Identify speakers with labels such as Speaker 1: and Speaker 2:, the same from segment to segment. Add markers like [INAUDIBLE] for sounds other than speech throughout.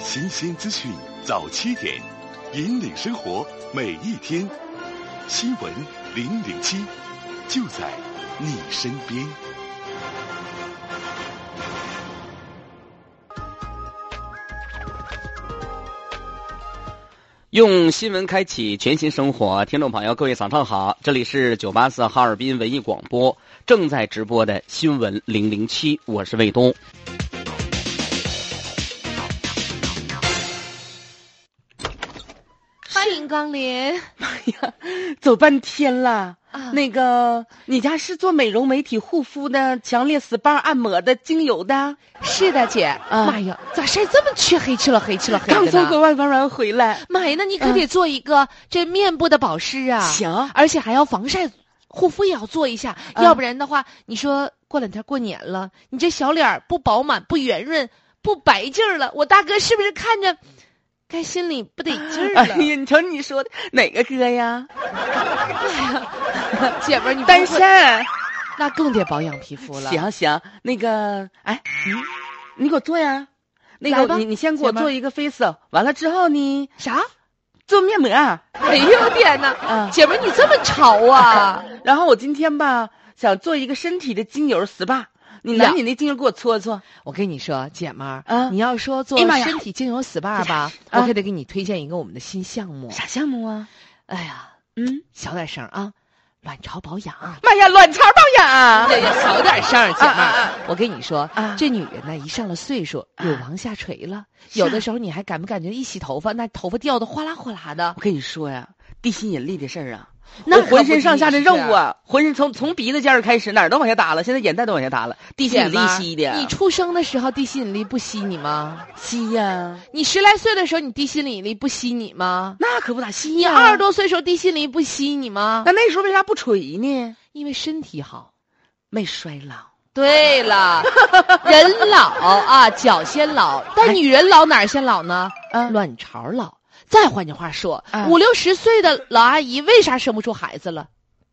Speaker 1: 新鲜资讯早七点，引领生活每一天。新闻零零七，就在你身边。
Speaker 2: 用新闻开启全新生活，听众朋友，各位早上好，这里是九八四哈尔滨文艺广播正在直播的新闻零零七，我是卫东。
Speaker 3: 欢迎光临。
Speaker 4: 妈呀，走半天了。
Speaker 3: 啊
Speaker 4: 那个，你家是做美容美体护肤的，强烈 SPA 按摩的，精油的。
Speaker 3: 是的，姐。啊妈呀，咋晒这么黢黑黢了黑黢了黑
Speaker 4: 刚
Speaker 3: 的
Speaker 4: 从
Speaker 3: 呢
Speaker 4: 国外玩完回来。
Speaker 3: 妈呀，那你可得做一个这面部的保湿啊，
Speaker 4: 行，
Speaker 3: 而且还要防晒，护肤也要做一下，
Speaker 4: 嗯
Speaker 3: 要不然的话，你说过两天过年了，你这小脸儿不饱满、不圆润、不白净儿了，我大哥是不是看着该心里不得劲儿
Speaker 4: 哎
Speaker 3: [LAUGHS] 了？
Speaker 4: 呀，你瞧你说的哪个哥呀？
Speaker 3: 姐们儿，你不
Speaker 4: 单
Speaker 3: 会
Speaker 4: 身。
Speaker 3: 那更得保养皮肤了。，
Speaker 4: 行行，那个，哎，嗯你给我做呀。
Speaker 3: 来
Speaker 4: 那
Speaker 3: 吧
Speaker 4: 个，你你先给我
Speaker 3: 姐们儿
Speaker 4: 做一个 face，完了之后呢，
Speaker 3: 啥？ [LAUGHS]
Speaker 4: 做面膜啊。
Speaker 3: 哎呦天哪！
Speaker 4: 啊
Speaker 3: 姐们儿，你这么潮啊！
Speaker 4: 然后我今天吧，想做一个身体的精油 SPA，你拿
Speaker 3: 呀
Speaker 4: 你那精油给我搓搓。
Speaker 3: [LAUGHS] 我跟你说，姐们儿，
Speaker 4: 啊
Speaker 3: 你要说做
Speaker 4: 哎呀妈呀
Speaker 3: 身体精油 SPA 吧，
Speaker 4: 啊
Speaker 3: 我可得给你推荐一个我们的新项目。
Speaker 4: 啥项目啊？
Speaker 3: 哎呀，
Speaker 4: 嗯，
Speaker 3: 小点声啊，卵巢保养。
Speaker 4: 妈呀，卵巢保养。
Speaker 3: 呀呀，啊小点声，姐们
Speaker 4: 啊啊
Speaker 3: 儿，我跟你说
Speaker 4: 啊，
Speaker 3: 这女人呢，一上了岁数，有往下垂了，
Speaker 4: 是啊
Speaker 3: 有的时候你还感不感觉一洗头发，那头发掉的哗啦哗啦的
Speaker 4: 我，跟你说呀，地心引力的事儿啊，
Speaker 3: 那
Speaker 4: 我浑身上下的肉
Speaker 3: 可不是！
Speaker 4: 啊，浑身从从鼻子尖儿开始哪儿都往下耷拉，现在眼袋都往下耷拉，地心
Speaker 3: 姐
Speaker 4: 引
Speaker 3: 们
Speaker 4: 力
Speaker 3: 儿
Speaker 4: 吸的，
Speaker 3: 你出生的时候地心引力不吸你吗？
Speaker 4: 吸呀，
Speaker 3: 你十来岁的时候你地心引力不吸你吗？
Speaker 4: 那可不咋吸
Speaker 3: 你
Speaker 4: 呀。
Speaker 3: 二十多岁时候地心引力不吸你吗？
Speaker 4: 那那时候为啥不垂呢？
Speaker 3: 因为身体好。
Speaker 4: 没衰老。
Speaker 3: 对
Speaker 4: [LAUGHS]
Speaker 3: 了，人老啊，脚先老，
Speaker 4: 哎
Speaker 3: 但女人老哪儿先老呢？
Speaker 4: 啊
Speaker 3: 卵巢老。再换句话说，
Speaker 4: 啊
Speaker 3: 五六十岁的老阿姨为啥生不出孩子了？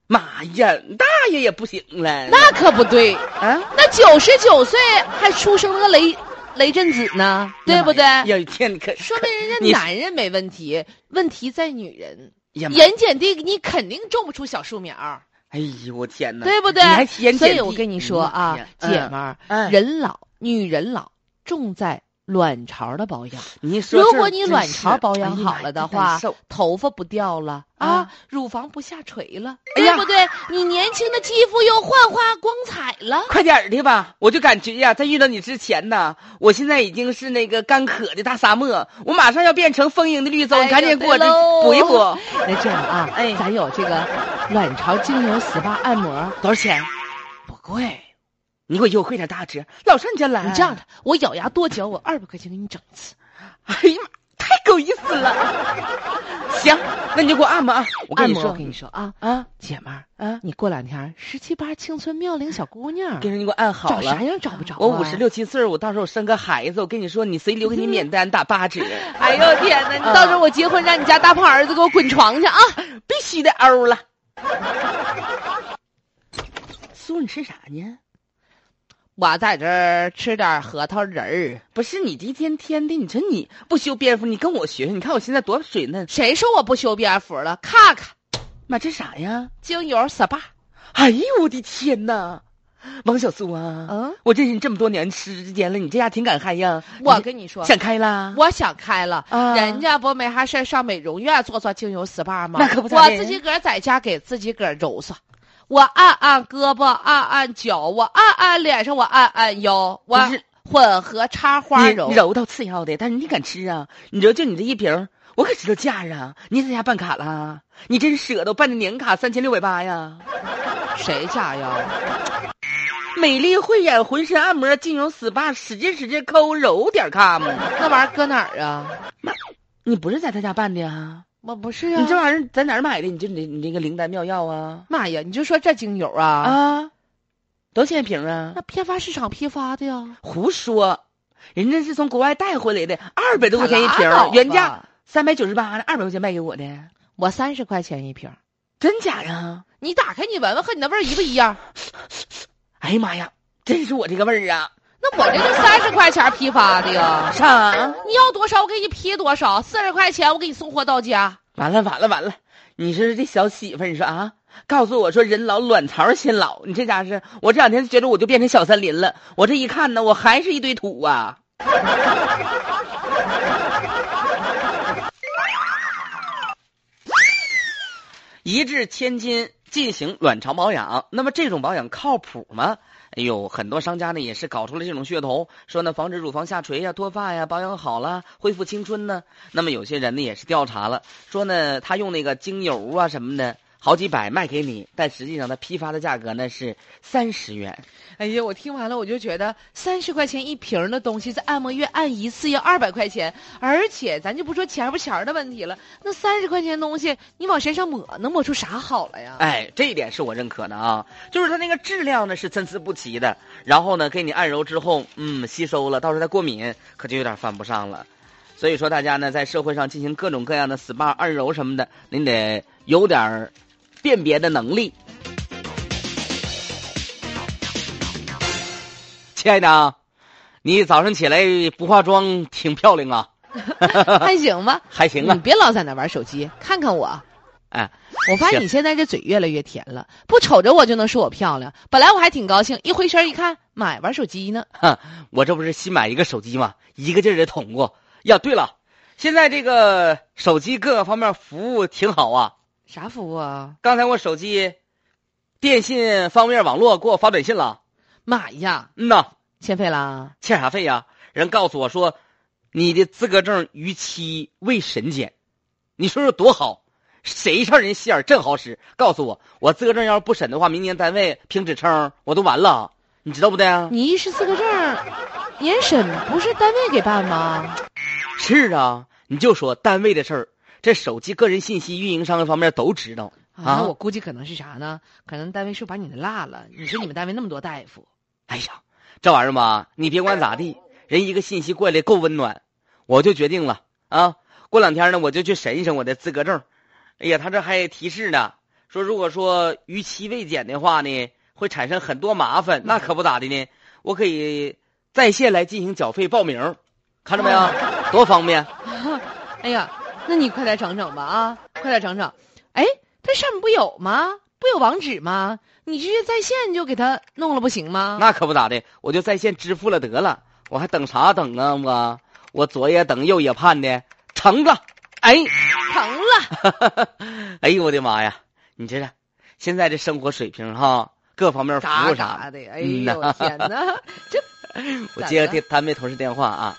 Speaker 4: 妈呀，大爷也不行了。
Speaker 3: 那可不对，
Speaker 4: 啊，
Speaker 3: 那九十九岁还出生了个雷雷震子呢，
Speaker 4: 哎
Speaker 3: 对不对？
Speaker 4: 有一天你可
Speaker 3: 说明人
Speaker 4: 你哎
Speaker 3: 家男人没问题，问题在女人。
Speaker 4: 呀妈，
Speaker 3: 盐碱地你肯定种不出小树苗儿，
Speaker 4: 哎呦我天哪，
Speaker 3: 对不对
Speaker 4: 你还？眼
Speaker 3: 所
Speaker 4: 睑
Speaker 3: 以我
Speaker 4: 低
Speaker 3: 跟你说啊，姐们，儿，
Speaker 4: 嗯，人
Speaker 3: 人老女人老，重在卵巢的保养。
Speaker 4: 你说
Speaker 3: 如
Speaker 4: 这
Speaker 3: 果
Speaker 4: 儿
Speaker 3: 你
Speaker 4: 真
Speaker 3: 卵
Speaker 4: 是
Speaker 3: 巢保
Speaker 4: 哎
Speaker 3: 养
Speaker 4: 呀
Speaker 3: 好
Speaker 4: 妈
Speaker 3: 了
Speaker 4: 呀
Speaker 3: 的
Speaker 4: 难
Speaker 3: 话
Speaker 4: 受，
Speaker 3: 头发不掉了啊
Speaker 4: 啊，
Speaker 3: 乳房不下垂了，
Speaker 4: 哎
Speaker 3: 对
Speaker 4: 呀
Speaker 3: 不对？你年轻的肌肤又焕发光彩了。
Speaker 4: 快点儿的吧！我就感觉呀，在遇到你之前呢，我现在已经是那个干渴的大沙漠，我马上要变成丰盈的绿洲，
Speaker 3: 哎
Speaker 4: 你赶
Speaker 3: 呦
Speaker 4: 紧给我
Speaker 3: 对
Speaker 4: 这
Speaker 3: 喽
Speaker 4: 补一补，
Speaker 3: 那这样啊，
Speaker 4: 哎
Speaker 3: 咱有这个卵巢精油 SPA 按摩，
Speaker 4: 多少钱？
Speaker 3: 不贵。
Speaker 4: 你给我优惠点大折，老上你家来。
Speaker 3: 你这样的，我咬牙跺脚，我二百块钱给你整一次。
Speaker 4: 哎呀妈，太够意
Speaker 3: [LAUGHS]
Speaker 4: 思了！行，那你就给我按吧啊！我跟
Speaker 3: 按
Speaker 4: 你
Speaker 3: 摩，
Speaker 4: 说，
Speaker 3: 我跟你说啊，
Speaker 4: 啊
Speaker 3: 姐们儿，
Speaker 4: 啊，
Speaker 3: 你过两天十七八青春妙龄小姑娘，
Speaker 4: 跟着你给我按好
Speaker 3: 找啥
Speaker 4: 了。
Speaker 3: 样找不着、啊？
Speaker 4: 我五十。六七岁儿，我到时候我生个孩子，我跟你说，你谁留给你免单打八折，
Speaker 3: 哎呦天哪！你到时候我结婚，让你家大胖儿子给我滚床去啊！
Speaker 4: 必须得
Speaker 3: [LAUGHS]
Speaker 4: 欧了。苏，你吃啥呢？
Speaker 3: 我在这儿吃点核桃仁儿。
Speaker 4: 不是你这一天天的，你说你不修边幅，你跟我学学，你看我现在多水嫩。
Speaker 3: 谁说我不修边幅了？看看
Speaker 4: 妈，这啥呀？
Speaker 3: 精油 SPA，
Speaker 4: 哎呦我的天哪！王小苏啊，
Speaker 3: 嗯，
Speaker 4: 我认识你这么多年之间了，你这家挺敢嗨呀！
Speaker 3: 我
Speaker 4: 你
Speaker 3: 跟你说，
Speaker 4: 想开啦？
Speaker 3: 我想开了，
Speaker 4: 啊
Speaker 3: 人家不没啥事儿上美容院做做精油 SPA 吗？
Speaker 4: 那可不咋
Speaker 3: 我
Speaker 4: 的
Speaker 3: 自己个儿在家给自己个儿揉搓。我按按胳膊，按按脚，我按按脸上，我按按腰，我
Speaker 4: 不是
Speaker 3: 混合插花
Speaker 4: 你
Speaker 3: 揉。
Speaker 4: 揉到次要的，但是你敢吃啊？你知道就你这一瓶儿，我可知道价儿啊！你在家办卡啦？你真舍得，我办的年卡三千六百八呀！
Speaker 3: 谁家呀？
Speaker 4: 美丽慧眼浑身按摩精油 SPA，使劲使劲抠揉点 com。
Speaker 3: 那玩意儿搁哪儿啊？
Speaker 4: 你不是在他家办的啊？
Speaker 3: 我不是啊。
Speaker 4: 你这玩意儿在哪儿买的？你就你这你这个灵丹妙药啊
Speaker 3: 妈呀！你就说这精油啊，
Speaker 4: 啊，多少钱一瓶啊
Speaker 3: 那？批发市场批发的呀，
Speaker 4: 胡说，人家是从国外带回来的，二百多块钱一瓶
Speaker 3: 可拉倒吧
Speaker 4: 儿，原价三百九十八呢，二百块钱卖给我的，
Speaker 3: 我三十块钱一瓶儿。
Speaker 4: 真假呀？
Speaker 3: 你打开你闻闻，和你那味儿一不一样？
Speaker 4: 哎呀妈呀，真是我这个味儿啊！
Speaker 3: 那我这就三十块钱批发的呀。
Speaker 2: 啥？
Speaker 3: 你要多少，我给你批多少。四十块钱，我给你送货到家。
Speaker 2: 完了完了完了！你说这小媳妇儿，你说啊，告诉我说人老卵巢先老，你这家是，我这两天觉得我就变成小森林了，我这一看呢，我还是一堆土啊。一掷千金进行卵巢保养，那么这种保养靠谱吗？哎呦，很多商家呢也是搞出了这种噱头，说呢防止乳房下垂呀、脱发呀，保养好了恢复青春呢。那么有些人呢也是调查了，说呢他用那个精油啊什么的，好几百卖给你，但实际上他批发的价格呢是三十元。
Speaker 3: 哎呀，我听完了我就觉得三十块钱一瓶儿的东西，在按摩院按一次要二百块钱，而且咱就不说钱不钱儿的问题了，那三十块钱东西你往身上抹，能抹出啥好来 [LAUGHS] 呀？
Speaker 2: 哎，这一点是我认可的啊，就是它那个质量呢是参差不齐的，然后呢给你按揉之后，嗯，吸收了，到时候它过敏可就有点犯不上了。所以说大家呢在社会上进行各种各样的 SPA 按揉什么的，您得有点儿辨别的能力。亲爱的啊，你早上起来不化妆挺漂亮啊，
Speaker 3: 还行吧，
Speaker 2: 还行啊
Speaker 3: 嗯你。别老在那玩手机，看看我。
Speaker 2: 哎，
Speaker 3: 我发现你现在这嘴越来越甜了，不瞅着我就能说我漂亮。本来我还挺高兴，一回身一看，妈呀，玩手机呢。
Speaker 2: 我这不是新买一个手机吗？一个劲儿的捅过。呀，对了，现在这个手机各个方面服务挺好啊。
Speaker 3: 啥服务啊？
Speaker 2: 刚才我手机电信方面网络给我发短信了。
Speaker 3: 妈呀，
Speaker 2: 嗯呐，
Speaker 3: 欠费啦！
Speaker 2: 欠啥费呀？人告诉我说，你的资格证逾期未审检，你说说多好。谁上人心眼儿真好使？告诉我，我资格证要是不审的话，明年单位评职称我都完了，你知道不的啊？
Speaker 3: 你医师资格证年审不是单位给办吗？
Speaker 2: 是啊，你就说单位的事儿，这手机个人信息运营商这方面都知道
Speaker 3: 啊，
Speaker 2: 啊
Speaker 3: 那我估计可能是啥呢？可能单位是不是把你的落了？你说你们单位那么多大夫，
Speaker 2: 哎呀，这玩意儿吧，你别管咋地，人一个信息过来够温暖，我就决定了啊。过两天呢，我就去审一审我的资格证。哎呀，他这还提示呢，说如果说逾期未检的话呢，会产生很多麻烦，那可不咋的呢。我可以在线来进行缴费报名，看着没有，多方便。
Speaker 3: 哎呀，那你快点整整吧啊，快点整整。哎，它上面不有吗？不有网址吗？你直接在线就给他弄了不行吗？
Speaker 2: 那可不咋的，我就在线支付了得了，我还等啥等啊我？我左也等右也盼的，成了！哎，
Speaker 3: 疼了，
Speaker 2: 哎呦我的妈呀！你这现在这生活水平哈，各方面服
Speaker 3: 嘎
Speaker 2: 务啥
Speaker 3: 嘎的，哎
Speaker 2: 嗯
Speaker 3: 呦
Speaker 2: 呐 [LAUGHS]
Speaker 3: 天哪！这
Speaker 2: 我接
Speaker 3: 咋
Speaker 2: 个
Speaker 3: 的
Speaker 2: 单单位同事电话啊，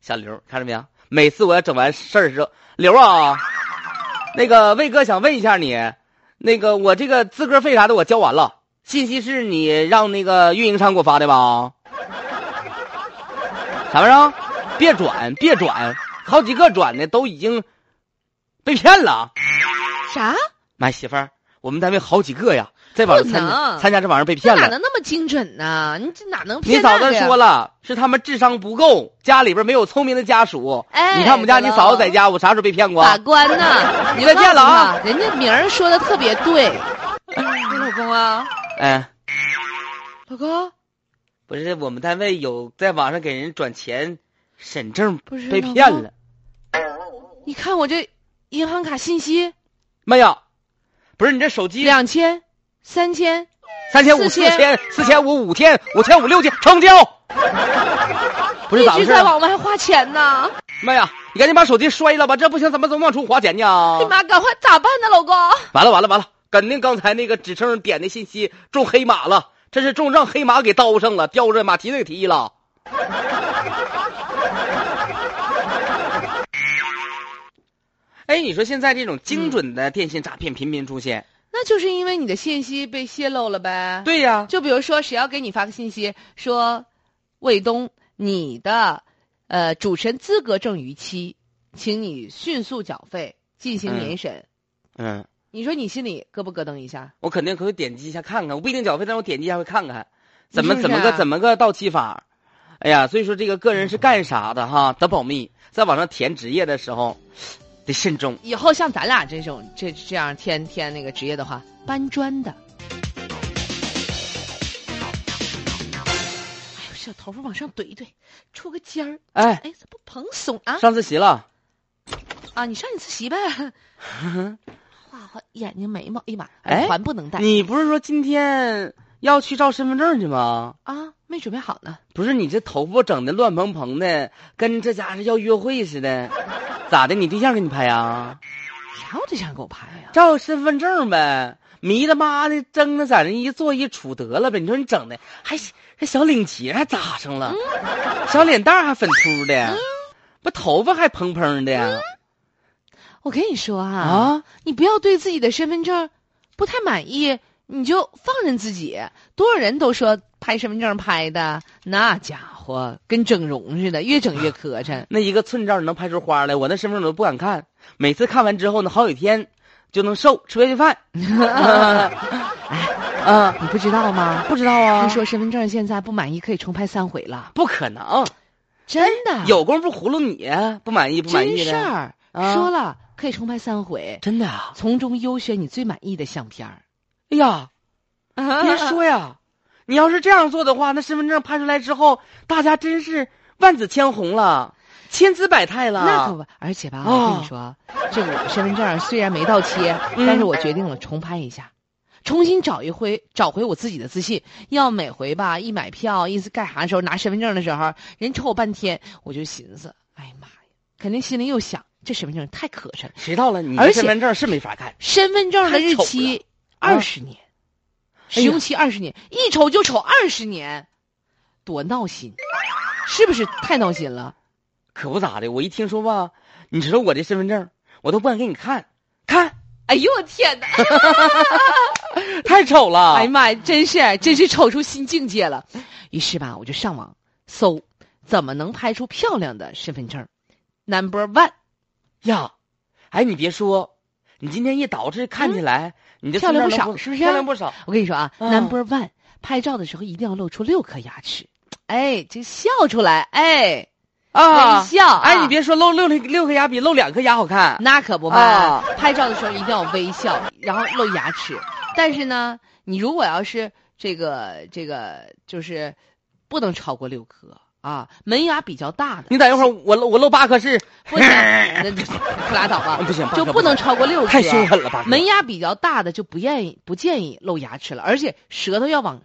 Speaker 2: 小刘，看着没有？每次我要整完事儿之后，刘啊，那个魏哥想问一下你，那个我这个资格费啥的我交完了，信息是你让那个运营商给我发的吧？啥玩意儿啊？别转，别转，好几个转的都已经被骗了。
Speaker 3: 啥？
Speaker 2: 妈媳妇儿，我们单位好几个呀，在网上参
Speaker 3: 不
Speaker 2: 加
Speaker 3: 能
Speaker 2: 参加这玩意儿被骗
Speaker 3: 这
Speaker 2: 了
Speaker 3: 哪。能那么精准呢？你这哪能
Speaker 2: 你
Speaker 3: 骗
Speaker 2: 嫂
Speaker 3: 那
Speaker 2: 子
Speaker 3: 个呀？
Speaker 2: 说了，是他们智商不够，家里边没有聪明的家属。
Speaker 3: 哎
Speaker 2: 你看我们家你嫂子在
Speaker 3: 老
Speaker 2: 家，我啥时候被骗过？
Speaker 3: 法官呐，
Speaker 2: [LAUGHS] 你再见了啊
Speaker 3: 我告诉你吧！人家名儿说的特别对。你老公啊，
Speaker 2: 哎，
Speaker 3: 老公
Speaker 2: 不是，我们单位有在网上给人转钱审证
Speaker 3: 不是
Speaker 2: 被
Speaker 3: 老
Speaker 2: 骗
Speaker 3: 公
Speaker 2: 了。
Speaker 3: 你看我这银行卡信息，
Speaker 2: 妈呀，不是你这手机
Speaker 3: 两千、三千，
Speaker 2: 三千五、四
Speaker 3: 四千
Speaker 2: 千、四千五、五千、五千五、六千，成
Speaker 3: [LAUGHS]
Speaker 2: 交。不是
Speaker 3: 一
Speaker 2: 咋回
Speaker 3: 直
Speaker 2: 事
Speaker 3: 在
Speaker 2: 啊？
Speaker 3: 往外花钱呢。
Speaker 2: 妈呀，你赶紧把手机摔了吧，这不行，咱们总往出花钱呢
Speaker 3: 你。妈，赶快咋办呢，老公？
Speaker 2: 完了完了完了，肯定刚才那个指称点的信息中黑马了，这是中让黑马给刀上了，叼着马蹄子给踢了。哎，你说现在这种精准的电信诈骗频频出现，
Speaker 3: 那就是因为你的信息被泄露了呗。
Speaker 2: 对呀、
Speaker 3: 就比如说，谁要给你发个信息说，卫东，你的呃主持人资格证逾期，请你迅速缴费进行年审。
Speaker 2: 嗯，
Speaker 3: 你说你心里咯不咯噔一下？
Speaker 2: 我肯定可以点击一下看看，我不一定缴费，但我点击一下会看看，怎么
Speaker 3: 你是
Speaker 2: 怎
Speaker 3: 不是
Speaker 2: 么
Speaker 3: 啊
Speaker 2: 个怎么个到期法。哎呀，所以说这个个人是干啥的哈，得保密，在网上填职业的时候得慎重。
Speaker 3: 以后像咱俩这种这这样天天那个职业的话，搬砖的。哎呦，小头发往上怼一怼，出个尖儿，
Speaker 2: 哎，
Speaker 3: 哎，这不蓬松啊
Speaker 2: 上自习了，
Speaker 3: 啊！你上你自 [LAUGHS] 习呗，画画眼睛眉毛，哎呀妈，
Speaker 2: 哎
Speaker 3: 还不能戴
Speaker 2: 你不是说今天要去照身份证去吗？
Speaker 3: 啊，没准备好呢。
Speaker 2: 不是你这头发整的乱蓬蓬的，跟这家是要约会似的，咋的？你对象给你拍呀、
Speaker 3: 啥我对象给我拍呀？
Speaker 2: 照身份证呗，迷他妈的争的在那一坐一杵得了呗。你说你整的还这小领结还扎上了，小脸蛋儿还粉秃的，不头发还蓬蓬的
Speaker 3: 我跟你说啊，
Speaker 2: 啊？。
Speaker 3: 你不要对自己的身份证不太满意，你就放任自己。多少人都说拍身份证拍的，那家伙跟整容似的，越整越磕碜
Speaker 2: 那一个寸照能拍出花来，我那身份证我都不敢看。每次看完之后呢，好几天就能瘦，吃白
Speaker 3: [LAUGHS]
Speaker 2: 饭。嗯啊，
Speaker 3: [LAUGHS] 你不知道吗？
Speaker 2: 不知道啊
Speaker 3: 听，说身份证现在不满意可以重拍三回了，
Speaker 2: 不可
Speaker 3: 啊
Speaker 2: 能，
Speaker 3: 真的
Speaker 2: 有功夫葫芦你不满意不满
Speaker 3: 真
Speaker 2: 意
Speaker 3: 事
Speaker 2: 的，
Speaker 3: 儿，
Speaker 2: 啊
Speaker 3: 说了可以重拍三回，
Speaker 2: 真的啊！
Speaker 3: 从中优选你最满意的相片儿。
Speaker 2: 哎呀。别说呀，你要是这样做的话，那身份证拍出来之后，大家真是万紫千红了，千姿百态了。
Speaker 3: 那可不，而且
Speaker 2: 啊
Speaker 3: 吧，我跟你说，这个我身份证虽然没到期，
Speaker 2: 嗯
Speaker 3: 但是我决定了重拍一下，重新找一回，找回我自己的自信。要每回吧，一买票，一干啥时候拿身份证的时候，人瞅我半天，我就寻思，哎呀妈呀，肯定心里又想，这身份证太磕碜了。
Speaker 2: 谁到了你
Speaker 3: 而
Speaker 2: 的
Speaker 3: 且
Speaker 2: 身份证是没法看，
Speaker 3: 身份证的日期
Speaker 2: 太丑了
Speaker 3: 二
Speaker 2: 啊
Speaker 3: 十年，
Speaker 2: 哎
Speaker 3: 使
Speaker 2: 呀
Speaker 3: 用期二十年，一瞅就瞅二十年，多闹心，是不是太闹心了？
Speaker 2: 可不咋的。我一听说吧，你知道我这身份证，我都不敢给你看，看
Speaker 3: 哎呦我天哪！
Speaker 2: 太丑了。
Speaker 3: 哎呀妈呀，真是真是瞅出新境界了。于是吧，我就上网搜怎么能拍出漂亮的身份证。Number one，
Speaker 2: 呀，哎，你别说，你今天一捯饬，看起来、你这
Speaker 3: 嗯漂亮
Speaker 2: 身份证
Speaker 3: 不少
Speaker 2: 都不
Speaker 3: 是不是
Speaker 2: 漂亮不少。
Speaker 3: 我跟你说啊、
Speaker 2: 嗯
Speaker 3: n u m b e r one，拍照的时候一定要露出六颗牙齿，哎，这笑出来，哎，
Speaker 2: 啊
Speaker 3: 微笑啊
Speaker 2: 哎，你别说，露六六颗牙比露两颗牙好看。
Speaker 3: 那可不嘛、
Speaker 2: 啊
Speaker 3: 拍照的时候一定要微笑，然后露牙齿。但是呢，你如果要是这个这个，就是不能超过六颗啊，门牙比较大的
Speaker 2: 你等一会儿，我露我露八颗是
Speaker 3: 不行，那就可拉倒吧。
Speaker 2: 不行，八
Speaker 3: 就
Speaker 2: 颗
Speaker 3: 不能超过六颗。啊
Speaker 2: 太凶狠了吧？
Speaker 3: 门牙比较大的就不建议不建议露牙齿了，而且舌头要往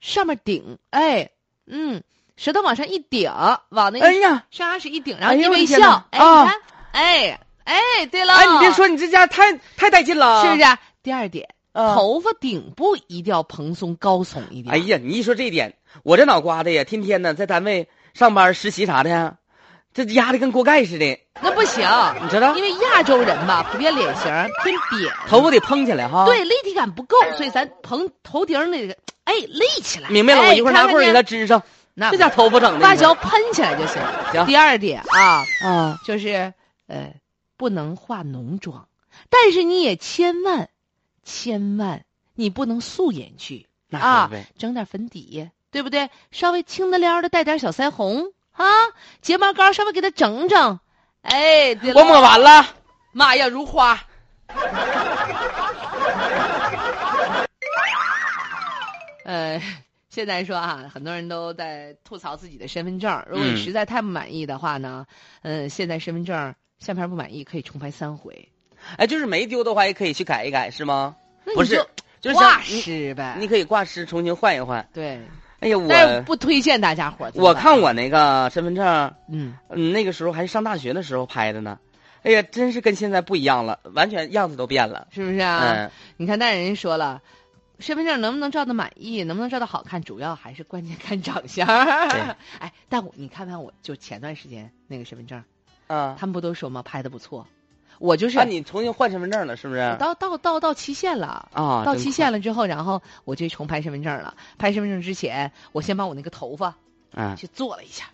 Speaker 3: 上面顶，哎，嗯，舌头往上一顶，往那
Speaker 2: 哎
Speaker 3: 个
Speaker 2: 呀，
Speaker 3: 上牙齿一顶，然后
Speaker 2: 哎呦
Speaker 3: 一
Speaker 2: 我
Speaker 3: 微
Speaker 2: 的天
Speaker 3: 笑
Speaker 2: 哪，
Speaker 3: 哎，
Speaker 2: 啊
Speaker 3: 你看，哎哎，对了，
Speaker 2: 哎，你别，说，你这家太太带劲了，
Speaker 3: 是不是？啊？第二点，
Speaker 2: 啊？
Speaker 3: 头发顶部一定要蓬松高耸一点。
Speaker 2: 哎呀，你一说这一点，我这脑瓜子呀，天天呢在单位上班实习啥的呀，这压的跟锅盖似的，
Speaker 3: 那不行，
Speaker 2: 你知道
Speaker 3: 因？为亚洲人吧，普遍脸型偏扁，
Speaker 2: 头发得蓬起来哈。，
Speaker 3: 对立体感不够，所以咱蓬头顶儿那个，哎，立起来。
Speaker 2: 哎明白了，
Speaker 3: 哎
Speaker 2: 我一会儿拿
Speaker 3: 看看
Speaker 2: 棍儿给
Speaker 3: 见
Speaker 2: 他支上。
Speaker 3: 那
Speaker 2: 这家头发整的，
Speaker 3: 发
Speaker 2: 你说
Speaker 3: 胶喷起来就行。
Speaker 2: 行
Speaker 3: 第二点啊，
Speaker 2: 啊，
Speaker 3: 就是呃，不能化浓妆，但是你也千万千万你不能素颜去，
Speaker 2: 那
Speaker 3: 啊
Speaker 2: 可不呗，
Speaker 3: 整点粉底，对不对？稍微轻的撩的带点小腮红啊，睫毛膏稍微给它整整。哎，对了
Speaker 2: 我抹完了，
Speaker 3: 妈呀，如花。呃，现在说啊，很多人都在吐槽自己的身份证。如果你
Speaker 2: 嗯
Speaker 3: 实在太不满意的话呢，嗯、现在身份证相片不满意可以重拍三回。
Speaker 2: 哎，就是没丢的话也可以去改一改，是吗？
Speaker 3: 那
Speaker 2: 不
Speaker 3: 你
Speaker 2: 是
Speaker 3: 就
Speaker 2: 就是像
Speaker 3: 挂
Speaker 2: 你，
Speaker 3: 失呗。
Speaker 2: 你可以挂失，重新换一换。
Speaker 3: 对，
Speaker 2: 哎呀，
Speaker 3: 但是
Speaker 2: 我
Speaker 3: 不推荐大家伙儿。怎么
Speaker 2: 我
Speaker 3: 办
Speaker 2: 看，我那个身份证。
Speaker 3: 嗯，
Speaker 2: 嗯，那个时候还是上大学的时候拍的呢。哎呀，真是跟现在不一样了，完全样子都变了。
Speaker 3: 是不是啊？
Speaker 2: 嗯，
Speaker 3: 你看，但是人家说了，身份证能不能照的满意，能不能照的好看，主要还是关键看长相。
Speaker 2: 对
Speaker 3: 哎，但我你看看，我就前段时间那个身份证，
Speaker 2: 啊，
Speaker 3: 他们不都说吗？拍的不错，我就是、
Speaker 2: 啊，你重新换身份证了，是不是？
Speaker 3: 我
Speaker 2: 啊，
Speaker 3: 到到到到期限了。到期限了之后，然后我就重拍身份证了。拍身份证之前，我先把我那个头发
Speaker 2: 啊，
Speaker 3: 去做了
Speaker 2: [LAUGHS]
Speaker 3: 一下，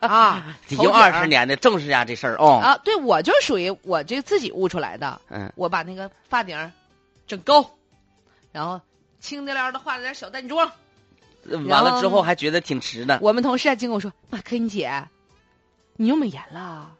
Speaker 3: 啊，
Speaker 2: 已
Speaker 3: 头
Speaker 2: 经
Speaker 3: 顶
Speaker 2: 二十年的正是呀这事儿哦。
Speaker 3: 啊，对我就属于我这自己悟出来的。
Speaker 2: 嗯，
Speaker 3: 我把那个发顶儿整高，然后轻的溜的化了点小淡妆。
Speaker 2: 完了之后还觉得挺迟的。
Speaker 3: 我们同事还经过我说：“马科，你姐，你又美颜了。”